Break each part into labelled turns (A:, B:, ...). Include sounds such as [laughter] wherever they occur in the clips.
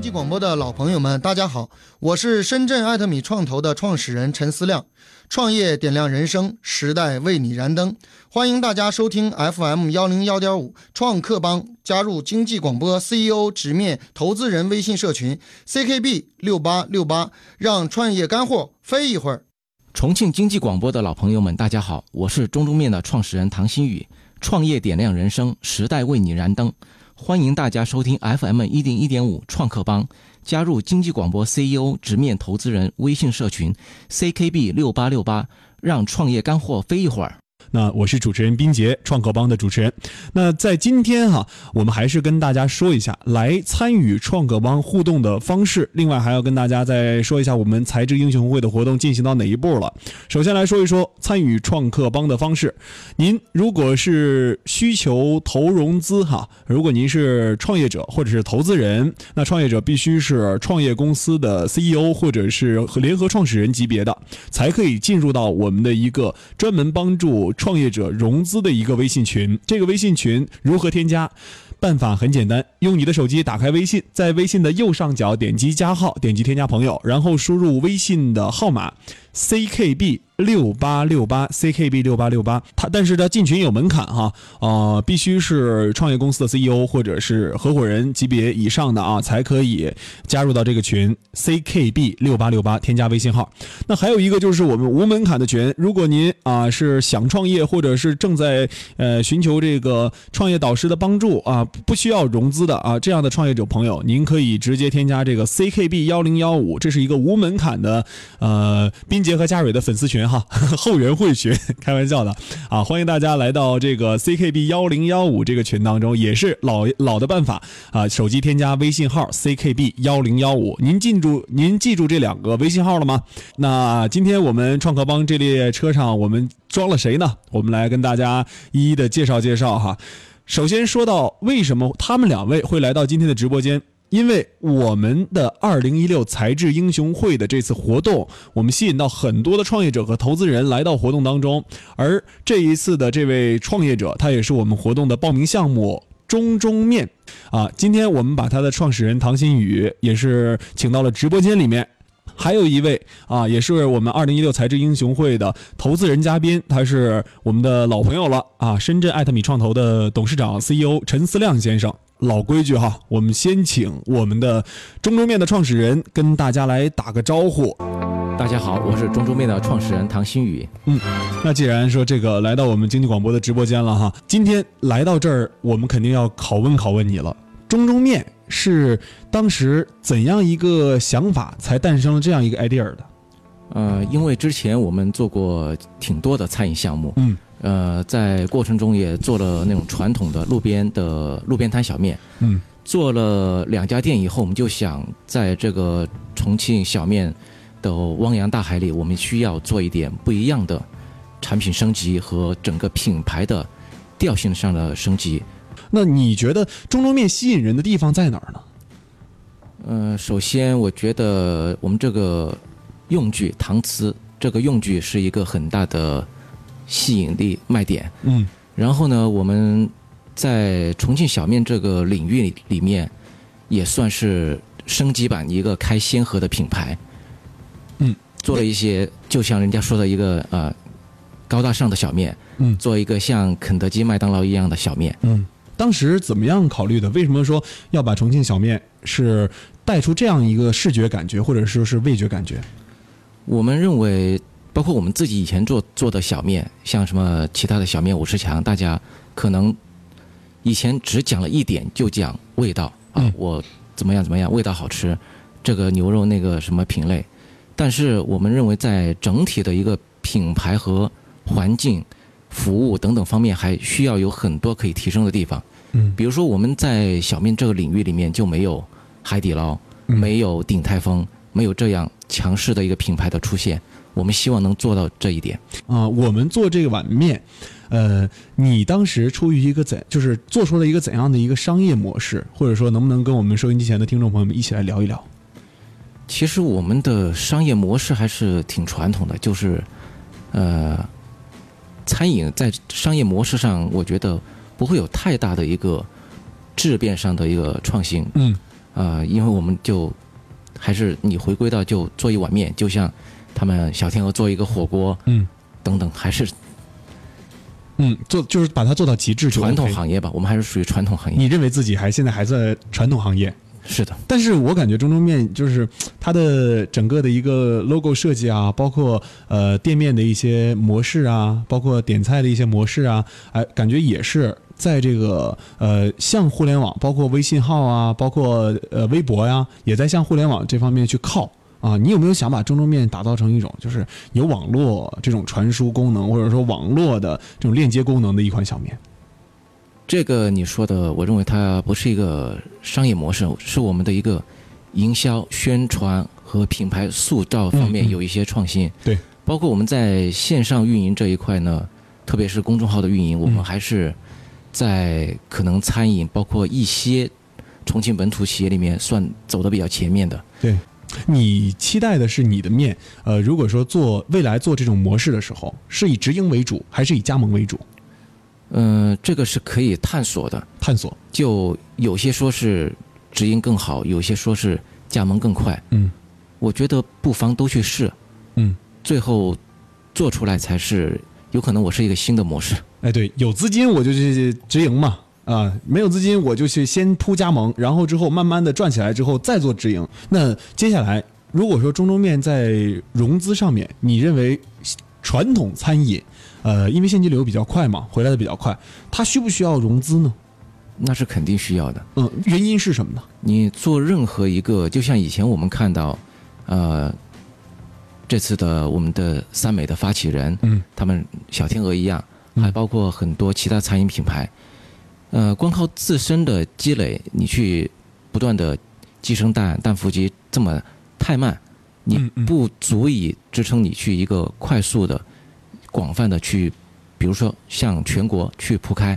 A: 际广播的老朋友们，大家好，我是深圳艾特米创投的创始人陈思亮，创业点亮人生，时代为你燃灯。欢迎大家收听 FM 幺零幺点五创客帮，加入经济广播 CEO 直面投资人微信社群 CKB 六八六八，让创业干货飞一会儿。
B: 重庆经济广播的老朋友们，大家好，我是中中面的创始人唐新宇，创业点亮人生，时代为你燃灯。欢迎大家收听 FM 一零一点五创客帮，加入经济广播 CEO 直面投资人微信社群 CKB 六八六八，让创业干货飞一会儿。
C: 那我是主持人冰杰，创客帮的主持人。那在今天哈、我们还是跟大家说一下来参与创客帮互动的方式。另外还要跟大家再说一下我们财智英雄会的活动进行到哪一步了。首先来说一说参与创客帮的方式。您如果是需求投融资哈，如果您是创业者或者是投资人，那创业者必须是创业公司的 CEO 或者是联合创始人级别的，才可以进入到我们的一个专门帮助创业者融资的一个微信群。这个微信群如何添加？办法很简单，用你的手机打开微信，在微信的右上角点击加号，点击添加朋友，然后输入微信的号码 CKB 六八六八 CKB 六八六八。它但是它进群有门槛哈、呃，必须是创业公司的 CEO 或者是合伙人级别以上的啊，才可以加入到这个群 CKB 六八六八，添加微信号。那还有一个就是我们无门槛的群，如果您啊是想创业或者是正在呃寻求这个创业导师的帮助啊，不需要融资的啊这样的创业者朋友，您可以直接添加这个 CKB 幺零幺五，这是一个无门槛的呃斌杰和佳蕊的粉丝群哈，后援会群，开玩笑的啊，欢迎大家来到这个 CKB 幺零幺五这个群当中，也是老老的办法啊，手机添加微信号 CKB 幺零幺五，您记住您记住这两个微信号了吗？那今天我们创客帮这列车上，我们装了谁呢？我们来跟大家一一的介绍介绍哈。首先说到为什么他们两位会来到今天的直播间。因为我们的二零一六财智英雄会的这次活动，我们吸引到很多的创业者和投资人来到活动当中，而这一次的这位创业者，他也是我们活动的报名项目中中面啊。今天我们把他的创始人唐新宇也是请到了直播间里面，还有一位啊，也是我们二零一六财智英雄会的投资人嘉宾，他是我们的老朋友了啊，深圳艾特米创投的董事长 CEO 陈思亮先生。老规矩哈，我们先请我们的中州面的创始人跟大家来打个招呼。
B: 大家好，我是中中面的创始人唐新宇。
C: 那既然说这个来到我们经济广播的直播间了哈，今天来到这儿，我们肯定要拷问拷问你了。中州面是当时怎样一个想法才诞生了这样一个 idea 的？
B: 呃，因为之前我们做过挺多的餐饮项目，
C: 嗯，
B: 呃，在过程中也做了那种传统的路边的路边摊小面，
C: 嗯，
B: 做了两家店以后，我们就想在这个重庆小面的汪洋大海里，我们需要做一点不一样的产品升级和整个品牌的调性上的升级。
C: 那你觉得中州面吸引人的地方在哪儿呢？
B: 呃，首先我觉得我们这个用具搪瓷这个用具是一个很大的吸引力卖点。
C: 嗯
B: 然后呢，我们在重庆小面这个领域里面，也算是升级版一个开先河的品牌。
C: 嗯，
B: 做了一些就像人家说的一个呃高大上的小面，
C: 嗯
B: 做一个像肯德基、麦当劳一样的小面。
C: 嗯，当时怎么样考虑的？为什么说要把重庆小面是带出这样一个视觉感觉，或者说是味觉感觉？
B: 我们认为，包括我们自己以前做做的小面，像什么其他的小面五十强，大家可能以前只讲了一点，就讲味道啊，
C: 嗯
B: 我怎么样怎么样，味道好吃，这个牛肉那个什么品类。但是我们认为，在整体的一个品牌和环境、服务等等方面，还需要有很多可以提升的地方。
C: 嗯
B: 比如说我们在小面这个领域里面就没有海底捞，
C: 嗯
B: 没有鼎泰丰，没有这样强势的一个品牌的出现，我们希望能做到这一点。
C: 啊、我们做这碗面，呃，你当时出于一个怎，就是做出了一个怎样的一个商业模式，或者说能不能跟我们收音机前的听众朋友们一起来聊一聊？
B: 其实我们的商业模式还是挺传统的，就是，呃，餐饮在商业模式上，我觉得不会有太大的一个质变上的一个创新。
C: 嗯
B: 呃，因为我们就还是你回归到就做一碗面，就像他们小天鹅做一个火锅，
C: 嗯，
B: 等等，还是
C: 嗯，做就是把它做到极致就 OK
B: 传统。行业吧，我们还是属于传统行业。
C: 你认为自己还现在还在传统行业，
B: 是的，
C: 但是我感觉中中面就是它的整个的一个 logo 设计啊，包括呃店面的一些模式啊，包括点菜的一些模式啊，哎、感觉也是在这个呃向互联网，包括微信号啊，包括呃微博呀、也在向互联网这方面去靠。啊，你有没有想把中中面打造成一种就是有网络这种传输功能，或者说网络的这种链接功能的一款小面？
B: 这个你说的，我认为它不是一个商业模式，是我们的一个营销、宣传和品牌塑造方
C: 嗯
B: 面
C: 嗯
B: 有一些创新。
C: 对，
B: 包括我们在线上运营这一块呢，特别是公众号的运营，我
C: 嗯
B: 们还是在可能餐饮，包括一些重庆本土企业里面算走的比较前面的。
C: 你期待的是你的面，呃，如果说做未来做这种模式的时候，是以直营为主，还是以加盟为主？
B: 嗯、这个是可以探索的。
C: 探索，
B: 就有些说是直营更好，有些说是加盟更快。
C: 嗯，
B: 我觉得不妨都去试。
C: 嗯，
B: 最后做出来才是有可能我是一个新的模式。
C: 哎，对，有资金我就去直营嘛，啊、没有资金我就去先铺加盟，然后之后慢慢的赚起来之后再做直营。那接下来，如果说中州面在融资上面，你认为传统餐饮，呃，因为现金流比较快嘛，回来的比较快，它需不需要融资呢？
B: 那是肯定需要的。
C: 嗯，原因是什么呢？
B: 你做任何一个，就像以前我们看到，呃，这次的我们的三美的发起人，
C: 嗯，
B: 他们小天鹅一样，
C: 嗯
B: 还包括很多其他餐饮品牌，呃，光靠自身的积累，你去不断的鸡生蛋，蛋孵鸡，这么太慢，你
C: 嗯嗯
B: 不足以支撑你去一个快速的、广泛的去，比如说向全国去铺开，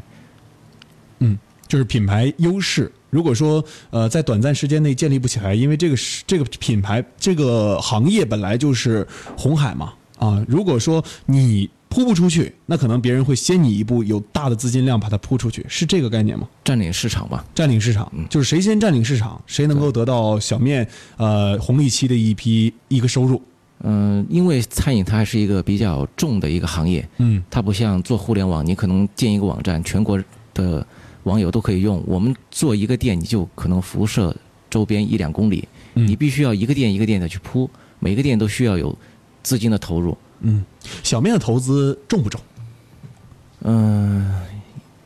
C: 就是品牌优势。如果说呃在短暂时间内建立不起来，因为这个是这个品牌这个行业本来就是红海嘛啊，如果说你铺不出去，那可能别人会先你一步，有大的资金量把它铺出去，是这个概念吗？
B: 占领市场嘛。
C: 占领市场，就是谁先占领市场，谁能够得到小面呃红利期的一批一个收入。
B: 嗯，因为餐饮它还是一个比较重的一个行业，
C: 嗯
B: 它不像做互联网，你可能建一个网站，全国的网友都可以用。我们做一个店，你就可能辐射周边一两公里，
C: 嗯
B: 你必须要一个店一个店的去铺，每个店都需要有资金的投入。
C: 嗯，小面的投资重不重？
B: 嗯、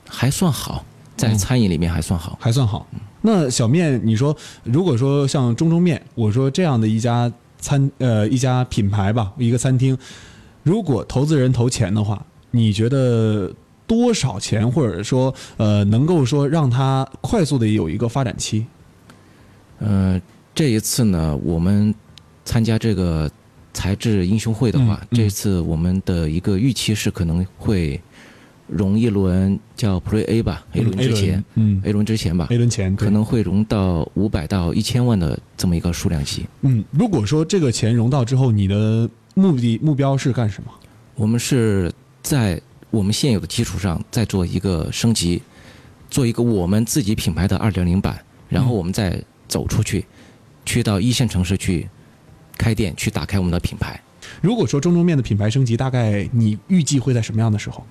B: 还算好，在
C: 嗯
B: 餐饮里面还算好。
C: 还算好。那小面，你说如果说像中中面，我说这样的一家餐呃一家品牌吧，一个餐厅，如果投资人投钱的话，你觉得多少钱，或者说呃能够说让它快速的有一个发展期？
B: 呃，这一次呢，我们参加这个才智英雄会的话，
C: 嗯嗯
B: 这次我们的一个预期是可能会融一轮叫 Pre A 吧，A 轮之前、
C: 嗯
B: a 轮之前吧，
C: ，A 轮前对
B: 可能会融到五百到一千万的这么一个数量级。
C: 嗯，如果说这个钱融到之后，你的目的目标是干什么？
B: 我们是在我们现有的基础上再做一个升级，做一个我们自己品牌的二点零版，然后
C: 嗯
B: 我们再走出去，去到一线城市去开店，去打开我们的品牌。
C: 如果说中中面的品牌升级，大概你预计会在什么样的时候？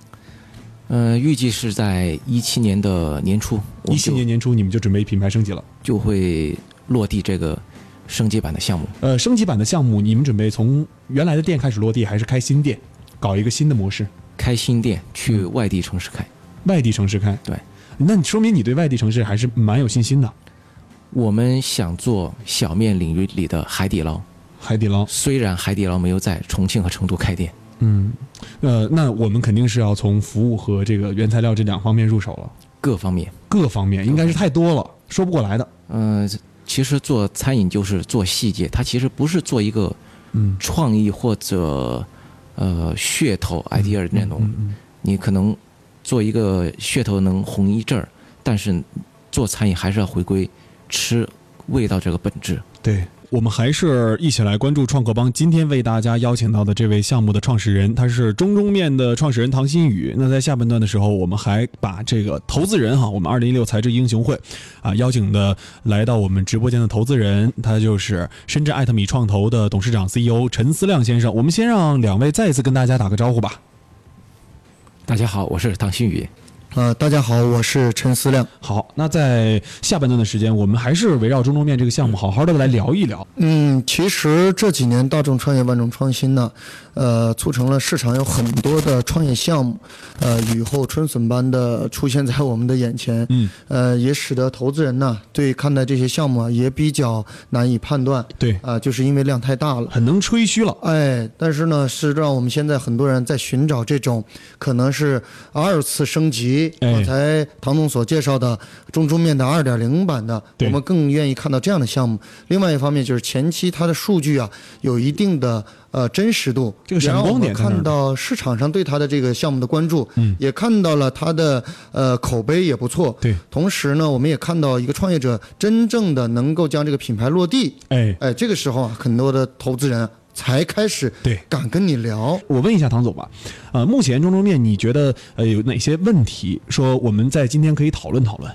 B: 呃，预计是在一七年的年初，我
C: 一
B: 们
C: 七
B: 就
C: 年年初你们就准备品牌升级了。
B: 就会落地这个升级版的项目。
C: 呃，升级版的项目，你们准备从原来的店开始落地，还是开新店，搞一个新的模式，
B: 开新店，去外地城市开。
C: 外地城市开？
B: 对，
C: 那你说明你对外地城市还是蛮有信心的。
B: 我们想做小面领域里的海底捞，
C: 海底捞，
B: 虽然海底捞没有在重庆和成都开店，
C: 嗯，呃，那我们肯定是要从服务和这个原材料这两方面入手了，
B: 各方面，
C: 各方面应该是太多了，说不过来的。
B: 呃，其实做餐饮就是做细节，它其实不是做一个
C: 嗯
B: 创意或者呃噱头 idea 那种，你可能做一个噱头能红一阵儿，但是做餐饮还是要回归吃味道这个本质。
C: 对，我们还是一起来关注创客帮。今天为大家邀请到的这位项目的创始人，他是中中面的创始人唐新宇。那在下半段的时候，我们还把这个投资人哈，我们二零一六财智英雄会啊邀请的来到我们直播间的投资人，他就是深圳艾特米创投的董事长 CEO 陈思亮先生。我们先让两位再一次跟大家打个招呼吧。
B: 大家好，我是唐新宇。
A: 呃，大家好，我是陈思亮。
C: 好，那在下半段的时间，我们还是围绕中中面这个项目，好好的来聊一聊。
A: 嗯，其实这几年大众创业万众创新呢，呃，促成了市场有很多的创业项目，呃，雨后春笋般的出现在我们的眼前。
C: 嗯，
A: 呃，也使得投资人呢对看待这些项目啊也比较难以判断
C: 对，
A: 啊、就是因为量太大了。
C: 很能吹嘘了。
A: 哎，但是呢，是让我们现在很多人在寻找这种可能是二次升级。
C: 哎
A: 刚才唐总所介绍的中中面的二点零版的，
C: 对
A: 我们更愿意看到这样的项目。另外一方面就是前期它的数据啊有一定的呃真实度，
C: 这个闪光点
A: 也
C: 在
A: 让我
C: 哪儿呢
A: 们看到市场上对它的这个项目的关注，嗯，也看到了它的呃口碑也不错。
C: 对，
A: 同时呢，我们也看到一个创业者真正的能够将这个品牌落地，
C: 哎，
A: 哎，这个时候啊，很多的投资人啊才开始
C: 对
A: 敢跟你聊。
C: 我问一下唐总吧，呃，目前中中面你觉得呃有哪些问题？说我们在今天可以讨论讨论。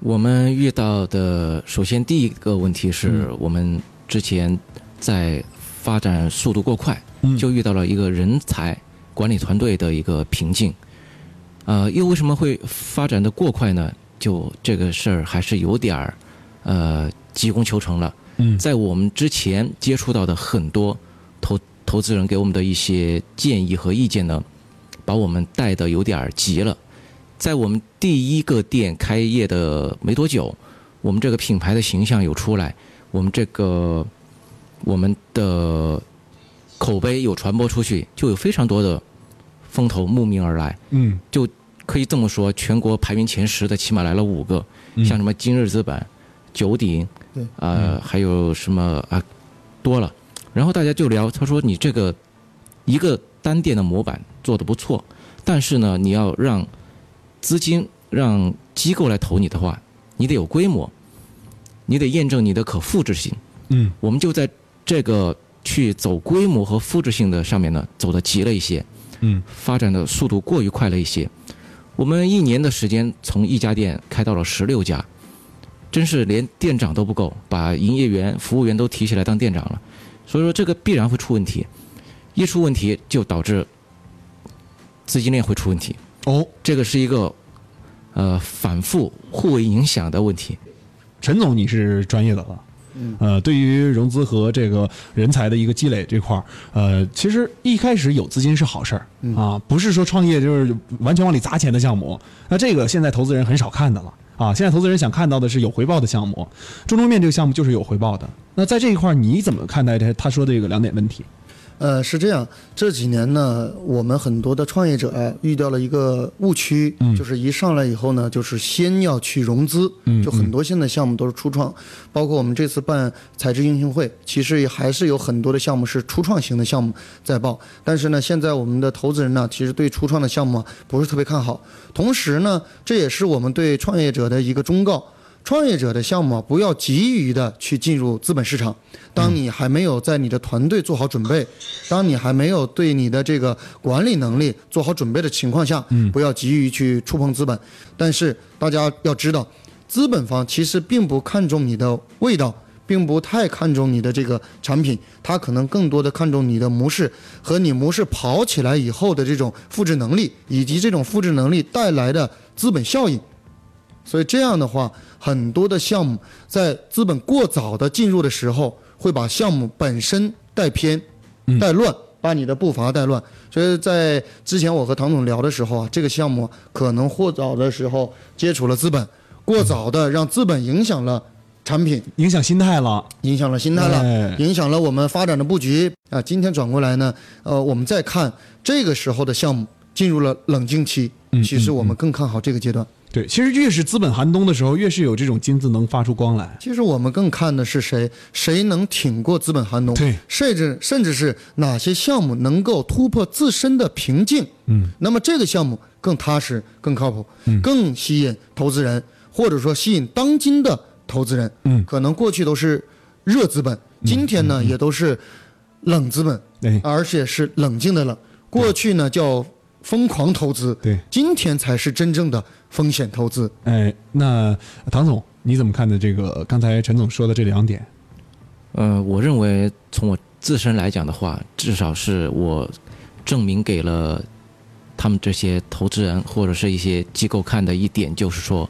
B: 我们遇到的首先第一个问题是我们之前在发展速度过快，
C: 嗯
B: 就遇到了一个人才管理团队的一个瓶颈。呃，又为什么会发展的过快呢？就这个事儿还是有点儿呃急功求成了。
C: 嗯
B: 在我们之前接触到的很多投投资人给我们的一些建议和意见呢，把我们带的有点儿急了。在我们第一个店开业的没多久，我们这个品牌的形象有出来，我们这个我们的口碑有传播出去，就有非常多的风投慕名而来。
C: 嗯，
B: 可以这么说，全国排名前十的起码来了五个，
C: 嗯
B: 像什么今日资本、九鼎
A: 对，
B: 呃，还有什么啊，多了。然后大家就聊，他说你这个一个单店的模板做的不错，但是呢，你要让资金让机构来投你的话，你得有规模，你得验证你的可复制性。
C: 嗯
B: 我们就在这个去走规模和复制性的上面呢，走得急了一些。
C: 嗯
B: 发展的速度过于快了一些。我们一年的时间从一家店开到了十六家，真是连店长都不够，把营业员、服务员都提起来当店长了。所以说这个必然会出问题，一出问题就导致资金链会出问题。
C: 哦，
B: 这个是一个呃反复互为影响的问题。
C: 陈总你是专业的了。
A: 嗯，
C: 呃，对于融资和这个人才的一个积累这块儿，呃，其实一开始有资金是好事儿
A: 嗯
C: 啊，不是说创业就是完全往里砸钱的项目。那这个现在投资人很少看的了啊，现在投资人想看到的是有回报的项目。中中面这个项目就是有回报的。那在这一块儿你怎么看待这他说的这个两点问题？
A: 呃，是这样，这几年呢，我们很多的创业者啊遇到了一个误区，就是一上来以后呢，就是先要去融资，
C: 嗯
A: 就很多现在项目都是初创，包括我们这次办财智英雄会，其实也还是有很多的项目是初创型的项目在报，但是呢，现在我们的投资人呢，其实对初创的项目啊不是特别看好，同时呢，这也是我们对创业者的一个忠告。创业者的项目啊不要急于的去进入资本市场。当你还没有在你的团队做好准备，当你还没有对你的这个管理能力做好准备的情况下，不要急于去触碰资本。但是大家要知道，资本方其实并不看重你的味道。并不太看重你的这个产品，它可能更多的看重你的模式和你模式跑起来以后的这种复制能力，以及这种复制能力带来的资本效应。所以这样的话，很多的项目在资本过早的进入的时候，会把项目本身带偏、带乱，把你的步伐带乱。所以在之前我和唐总聊的时候啊，这个项目可能过早的时候接触了资本，过早的让资本影响了产品，
C: 影响心态了。
A: 影响了心态了。
C: 哎
A: 影响了我们发展的布局啊。今天转过来呢，呃，我们再看这个时候的项目进入了冷静期，其实我们更看好这个阶段。
C: 对，其实越是资本寒冬的时候，越是有这种金子能发出光来。
A: 其实我们更看的是谁，谁能挺过资本寒冬，
C: 对，
A: 甚至甚至是哪些项目能够突破自身的瓶颈，
C: 嗯，
A: 那么这个项目更踏实、更靠谱，更吸引投资人，或者说吸引当今的投资人，
C: 嗯
A: 可能过去都是热资本，今天呢也都是冷资本，
C: 哎，
A: 而且是冷静的冷。过去呢叫疯狂投资，
C: 对，
A: 今天才是真正的风险投资。
C: 哎，那唐总你怎么看的这个刚才陈总说的这两点？
B: 呃，我认为从我自身来讲的话，至少是我证明给了他们这些投资人或者是一些机构看的一点，就是说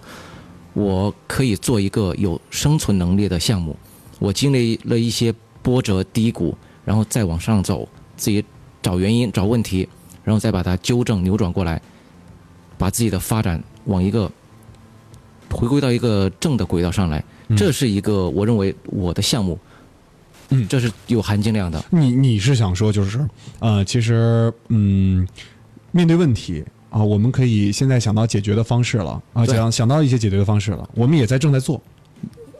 B: 我可以做一个有生存能力的项目。我经历了一些波折低谷，然后再往上走，自己找原因、找问题，然后再把它纠正、扭转过来，把自己的发展往一个回归到一个正的轨道上来。
C: 嗯
B: 这是一个我认为我的项目，
C: 嗯
B: 这是有含金量的。
C: 你你是想说就是，呃，其实嗯，面对问题啊，我们可以现在想到解决的方式了啊，
B: 对
C: 想想到一些解决的方式了，我们也在正在做。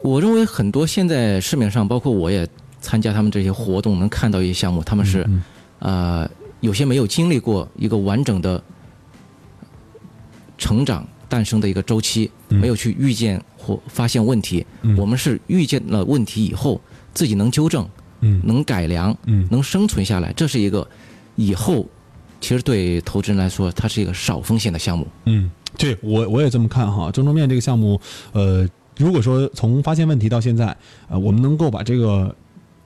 B: 我认为很多现在市面上，包括我也参加他们这些活动，能看到一些项目，他们是、
C: 嗯
B: 呃有些没有经历过一个完整的成长诞生的一个周期，
C: 嗯
B: 没有去预见或发现问题。
C: 嗯
B: 我们是预见了问题以后，自己能纠正、
C: 嗯
B: 能改良、
C: 嗯
B: 能生存下来，这是一个以后其实对投资人来说，它是一个少风险的项目。
C: 嗯，对我我也这么看哈，郑州面这个项目，呃，如果说从发现问题到现在，呃，我们能够把这个。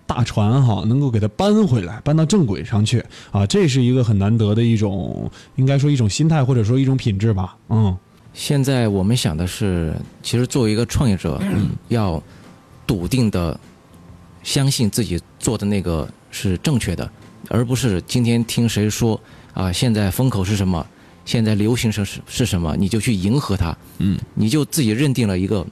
C: 大船哈，能够给它搬回来，搬到正轨上去啊，这是一个很难得的一种，应该说一种心态，或者说一种品质吧。嗯
B: 现在我们想的是，其实作为一个创业者，
C: 嗯
B: 要笃定的相信自己做的那个是正确的，而不是今天听谁说啊，现在风口是什么，现在流行是是是什么，你就去迎合它，
C: 嗯，
B: 你就自己认定了一个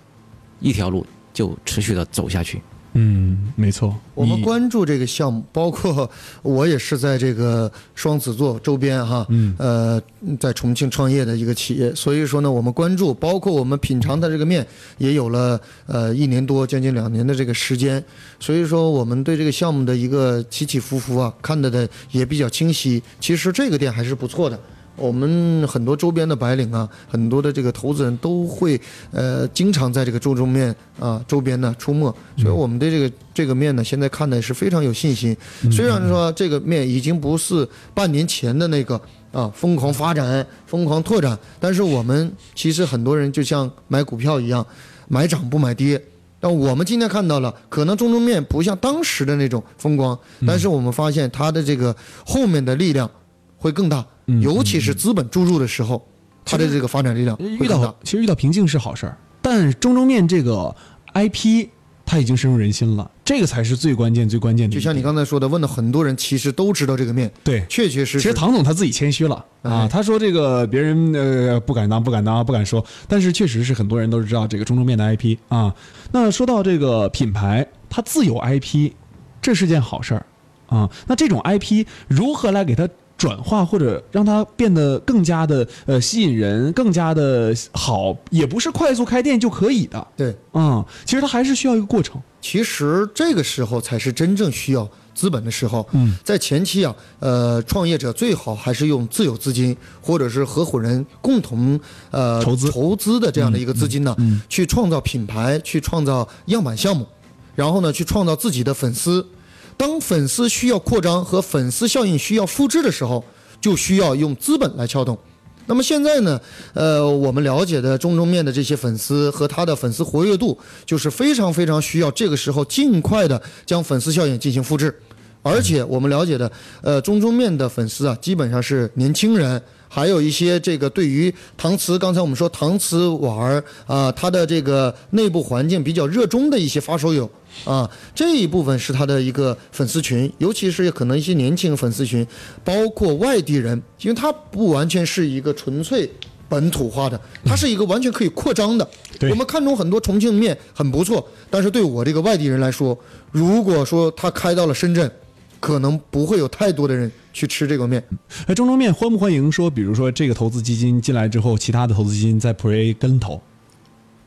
B: 一条路，就持续的走下去。
C: 嗯，没错。
A: 我们
C: 你
A: 关注这个项目，包括我也是在这个双子座周边哈，
C: 嗯
A: 呃，在重庆创业的一个企业，所以说呢，我们关注，包括我们品尝的这个面，也有了呃一年多，将近两年的这个时间，所以说我们对这个项目的一个起起伏伏啊，看得的也比较清晰。其实这个店还是不错的。我们很多周边的白领啊，很多的这个投资人都会，呃，经常在这个周中面啊周边呢出没，所以我们对这个这个面呢，现在看的是非常有信心。虽然说这个面已经不是半年前的那个啊疯狂发展、疯狂拓展，但是我们其实很多人就像买股票一样，买涨不买跌。但我们今天看到了，可能中中面不像当时的那种风光，但是我们发现它的这个后面的力量会更大，
C: 嗯
A: 尤其是资本注入的时候，它的这个发展力量会
C: 遇
A: 更大
C: 到。嗯其实遇到瓶颈是好事儿，但中州面这个 IP 它已经深入人心了，这个才是最关键最关键的
A: 就
C: 一点。
A: 像你刚才说的，问的很多人其实都知道这个面，
C: 对，
A: 确确实
C: 其实
A: 实。
C: 唐总他自己谦虚了啊，
A: 哎
C: 他说这个别人呃不敢当不敢当不敢说，但是确实是很多人都知道这个中州面的 IP 啊。那说到这个品牌，它自有 IP，这是件好事儿啊。那这种 IP 如何来给它？转化或者让它变得更加的呃吸引人，更加的好，也不是快速开店就可以的。
A: 对，
C: 嗯，其实它还是需要一个过程。
A: 其实这个时候才是真正需要资本的时候。
C: 嗯，
A: 在前期啊，呃，创业者最好还是用自有资金或者是合伙人共同呃
C: 筹资
A: 投资的这样的一个资金呢，去创造品牌，去创造样板项目，然后呢，去创造自己的粉丝。当粉丝需要扩张和粉丝效应需要复制的时候，就需要用资本来撬动。那么现在呢，呃，我们了解的中中面的这些粉丝和他的粉丝活跃度，就是非常非常需要这个时候尽快的将粉丝效应进行复制。而且我们了解的，呃，中中面的粉丝啊，基本上是年轻人，还有一些这个对于搪瓷，刚才我们说搪瓷碗儿啊，它的这个内部环境比较热衷的一些发烧友啊，这一部分是他的一个粉丝群，尤其是可能一些年轻粉丝群，包括外地人，因为它不完全是一个纯粹。本土化的，它是一个完全可以扩张的。
C: 对
A: 我们看中很多重庆面很不错，但是对我这个外地人来说，如果说他开到了深圳，可能不会有太多的人去吃这个面。
C: 哎，中州面欢不欢迎说，比如说这个投资基金进来之后，其他的投资基金在 Pre 跟投，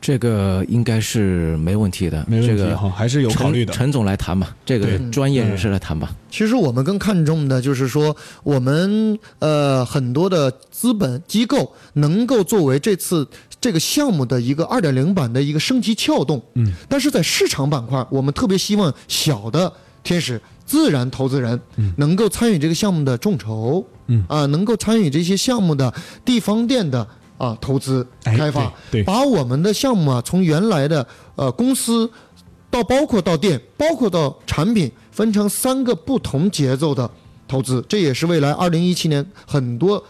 B: 这个应该是没问题的，
C: 没问
B: 这
C: 题
B: 个
C: 哈，还是有考虑的
B: 陈。陈总来谈吧，这个
C: 对
B: 专业人士来谈吧。
A: 其实我们更看重的就是说，我们呃很多的资本机构能够作为这次这个项目的一个二点零版的一个升级撬动。
C: 嗯，
A: 但是在市场板块，我们特别希望小的天使自然投资人能够参与这个项目的众筹，
C: 嗯
A: 啊，能够参与这些项目的地方店的啊投资
C: 哎
A: 开发，
C: 对对
A: 把我们的项目啊从原来的呃公司。到包括到店，包括到产品，分成三个不同节奏的投资，这也是未来二零一七年很多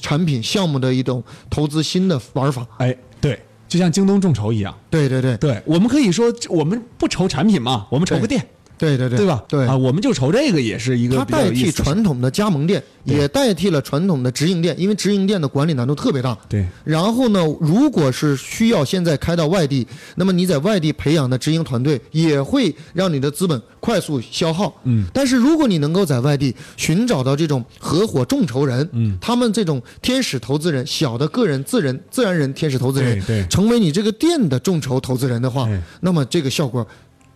A: 产品项目的一种投资新的玩法。
C: 哎，对，就像京东众筹一样，
A: 对对对
C: 对我们可以说我们不筹产品嘛，我们筹个店，
A: 对对对，
C: 对吧？
A: 对
C: 啊，，我们就筹这个也是一个
A: 它
C: 比较有
A: 代
C: 意
A: 替
C: 思的事
A: 传统的加盟店，
C: 对
A: 也代替了传统的直营店，因为直营店的管理难度特别大。
C: 对
A: 然后呢，如果是需要现在开到外地，那么你在外地培养的直营团队也会让你的资本快速消耗。
C: 嗯，
A: 但是如果你能够在外地寻找到这种合伙众筹人，
C: 嗯，
A: 他们这种天使投资人、小的个人、自人、自然人、天使投资人，
C: 对对
A: 成为你这个店的众筹投资人的话
C: 哎，
A: 那么这个效果。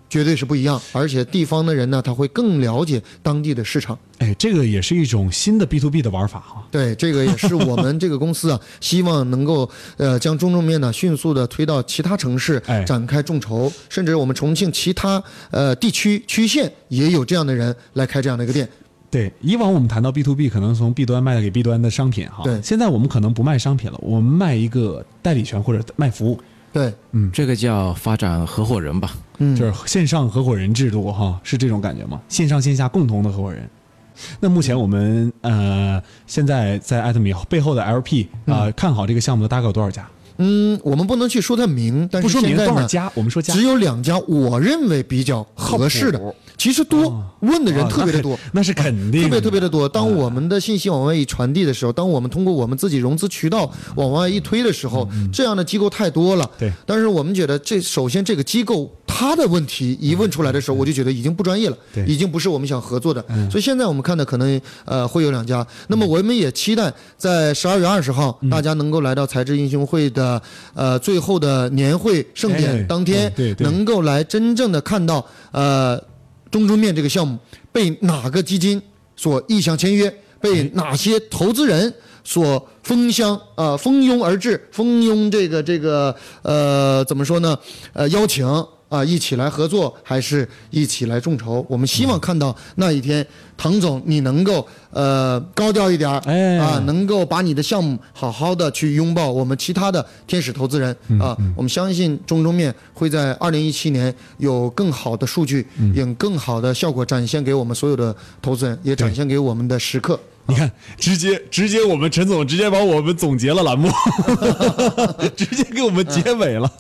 A: 绝对是不一样，而且地方的人呢，他会更了解当地的市场。
C: 哎，这个也是一种新的 B to B 的玩法啊。
A: 对，这个也是我们这个公
C: [laughs]
A: 司啊，希望能够呃将中众面呢迅速的推到其他城市
C: 哎
A: 展开众筹，甚至我们重庆其他呃地区区县也有这样的人来开这样的一个店。
C: 对，以往我们谈到 B to B，可能从 B 端卖给 B 端的商品哈。
A: 对
C: 现在我们可能不卖商品了，我们卖一个代理权或者卖服务，
A: 对，
B: 这个叫发展合伙人吧。
A: 嗯，
C: 就是线上合伙人制度哈，是这种感觉吗？线上线下共同的合伙人。那目前我们呃，现在在艾特米背后的 LP 啊、看好这个项目的大概有多少家？
A: 嗯，我们不能去说它明，但
C: 不
A: 是
C: 说
A: 现
C: 明
A: 在
C: 多少
A: 呢，
C: 家，我们说家
A: 只有两家我认为比较合适的
C: 靠谱，
A: 其实多、问的人特别的多。
C: 啊那是那是肯定的、
A: 特
C: 嗯
A: 别特别的多。当我们的信息往外一传递的时候，当我们通过我们自己融资渠道往外一推的时候，这样的机构太多了。
C: 嗯对
A: 但是我们觉得这首先这个机构它的问题一问出来的时候，我就觉得已经不专业了
C: 嗯对，嗯
A: 已经不是我们想合作的。所以现在我们看的可能呃会有两家。那么我们也期待在十二月二十号，
C: 嗯
A: 大家能够来到财智英雄会的呃最后的年会盛
C: 哎
A: 典当天
C: 嗯对，对
A: 能够来真正的看到呃中中面这个项目被哪个基金所意向签约，被哪些投资人所蜂箱呃蜂拥而至，蜂拥这个这个呃怎么说呢？呃邀请啊、一起来合作，还是一起来众筹？我们希望看到那一天，唐总你能够呃高调一点儿，
C: 哎
A: 啊，能够把你的项目好好的去拥抱我们其他的天使投资人啊，我们相信中中面会在二零一七年有更好的数据，有更好的效果展现给我们所有的投资人，也展现给我们的食客。
C: 你看，直接直接，我们陈总直接把我们总结了栏目， [laughs] 直接给我们结尾了。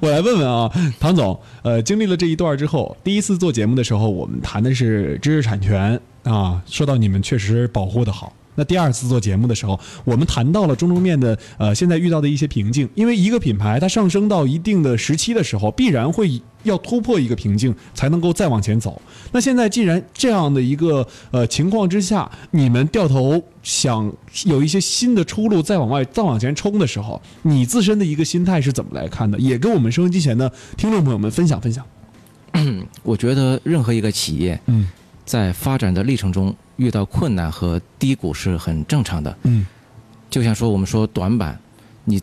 C: 我来问问啊，唐总，呃，经历了这一段之后，第一次做节目的时候，我们谈的是知识产权啊，说到你们确实保护的好。那第二次做节目的时候，我们谈到了中中面的呃现在遇到的一些瓶颈，因为一个品牌它上升到一定的时期的时候，必然会要突破一个瓶颈，才能够再往前走。那现在既然这样的一个呃情况之下，你们掉头想有一些新的出路，再往外再往前冲的时候，你自身的一个心态是怎么来看的？也跟我们收音机前的听众朋友们分享分享。
B: 我觉得任何一个企业
C: 嗯
B: 在发展的历程中遇到困难和低谷是很正常的。
C: 嗯，
B: 就像说我们说短板，你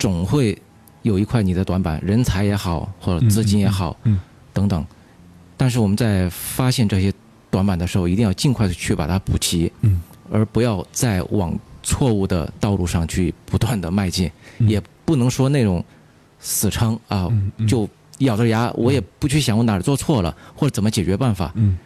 B: 总会有一块你的短板，人才也好，或者资金也好，
C: 嗯嗯嗯
B: 等等。但是我们在发现这些短板的时候，一定要尽快的去把它补齐，
C: 嗯，
B: 而不要再往错误的道路上去不断的迈进，
C: 嗯
B: 也不能说那种死撑啊，
C: 嗯嗯
B: 就咬着牙，我也不去想我哪儿做错了或者怎么解决办法，
C: 嗯。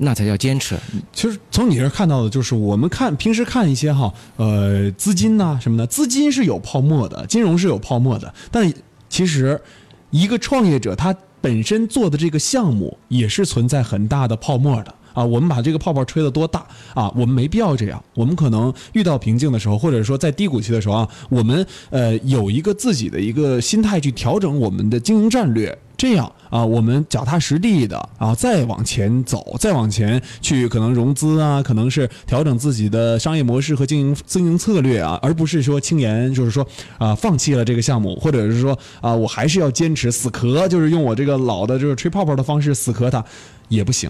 B: 那才叫坚持。
C: 其实从你这儿看到的，就是我们看平时看一些哈，呃，资金呐、什么的，资金是有泡沫的，金融是有泡沫的，但其实一个创业者他本身做的这个项目也是存在很大的泡沫的。啊，我们把这个泡泡吹得多大啊，我们没必要这样。我们可能遇到瓶颈的时候，或者说在低谷期的时候啊，我们呃有一个自己的一个心态去调整我们的经营战略，这样啊，我们脚踏实地的啊，再往前走，再往前去，可能融资啊，可能是调整自己的商业模式和经营经营策略啊，而不是说轻言就是说啊，放弃了这个项目，或者是说啊，我还是要坚持死磕，就是用我这个老的就是吹泡泡的方式死磕它也不行。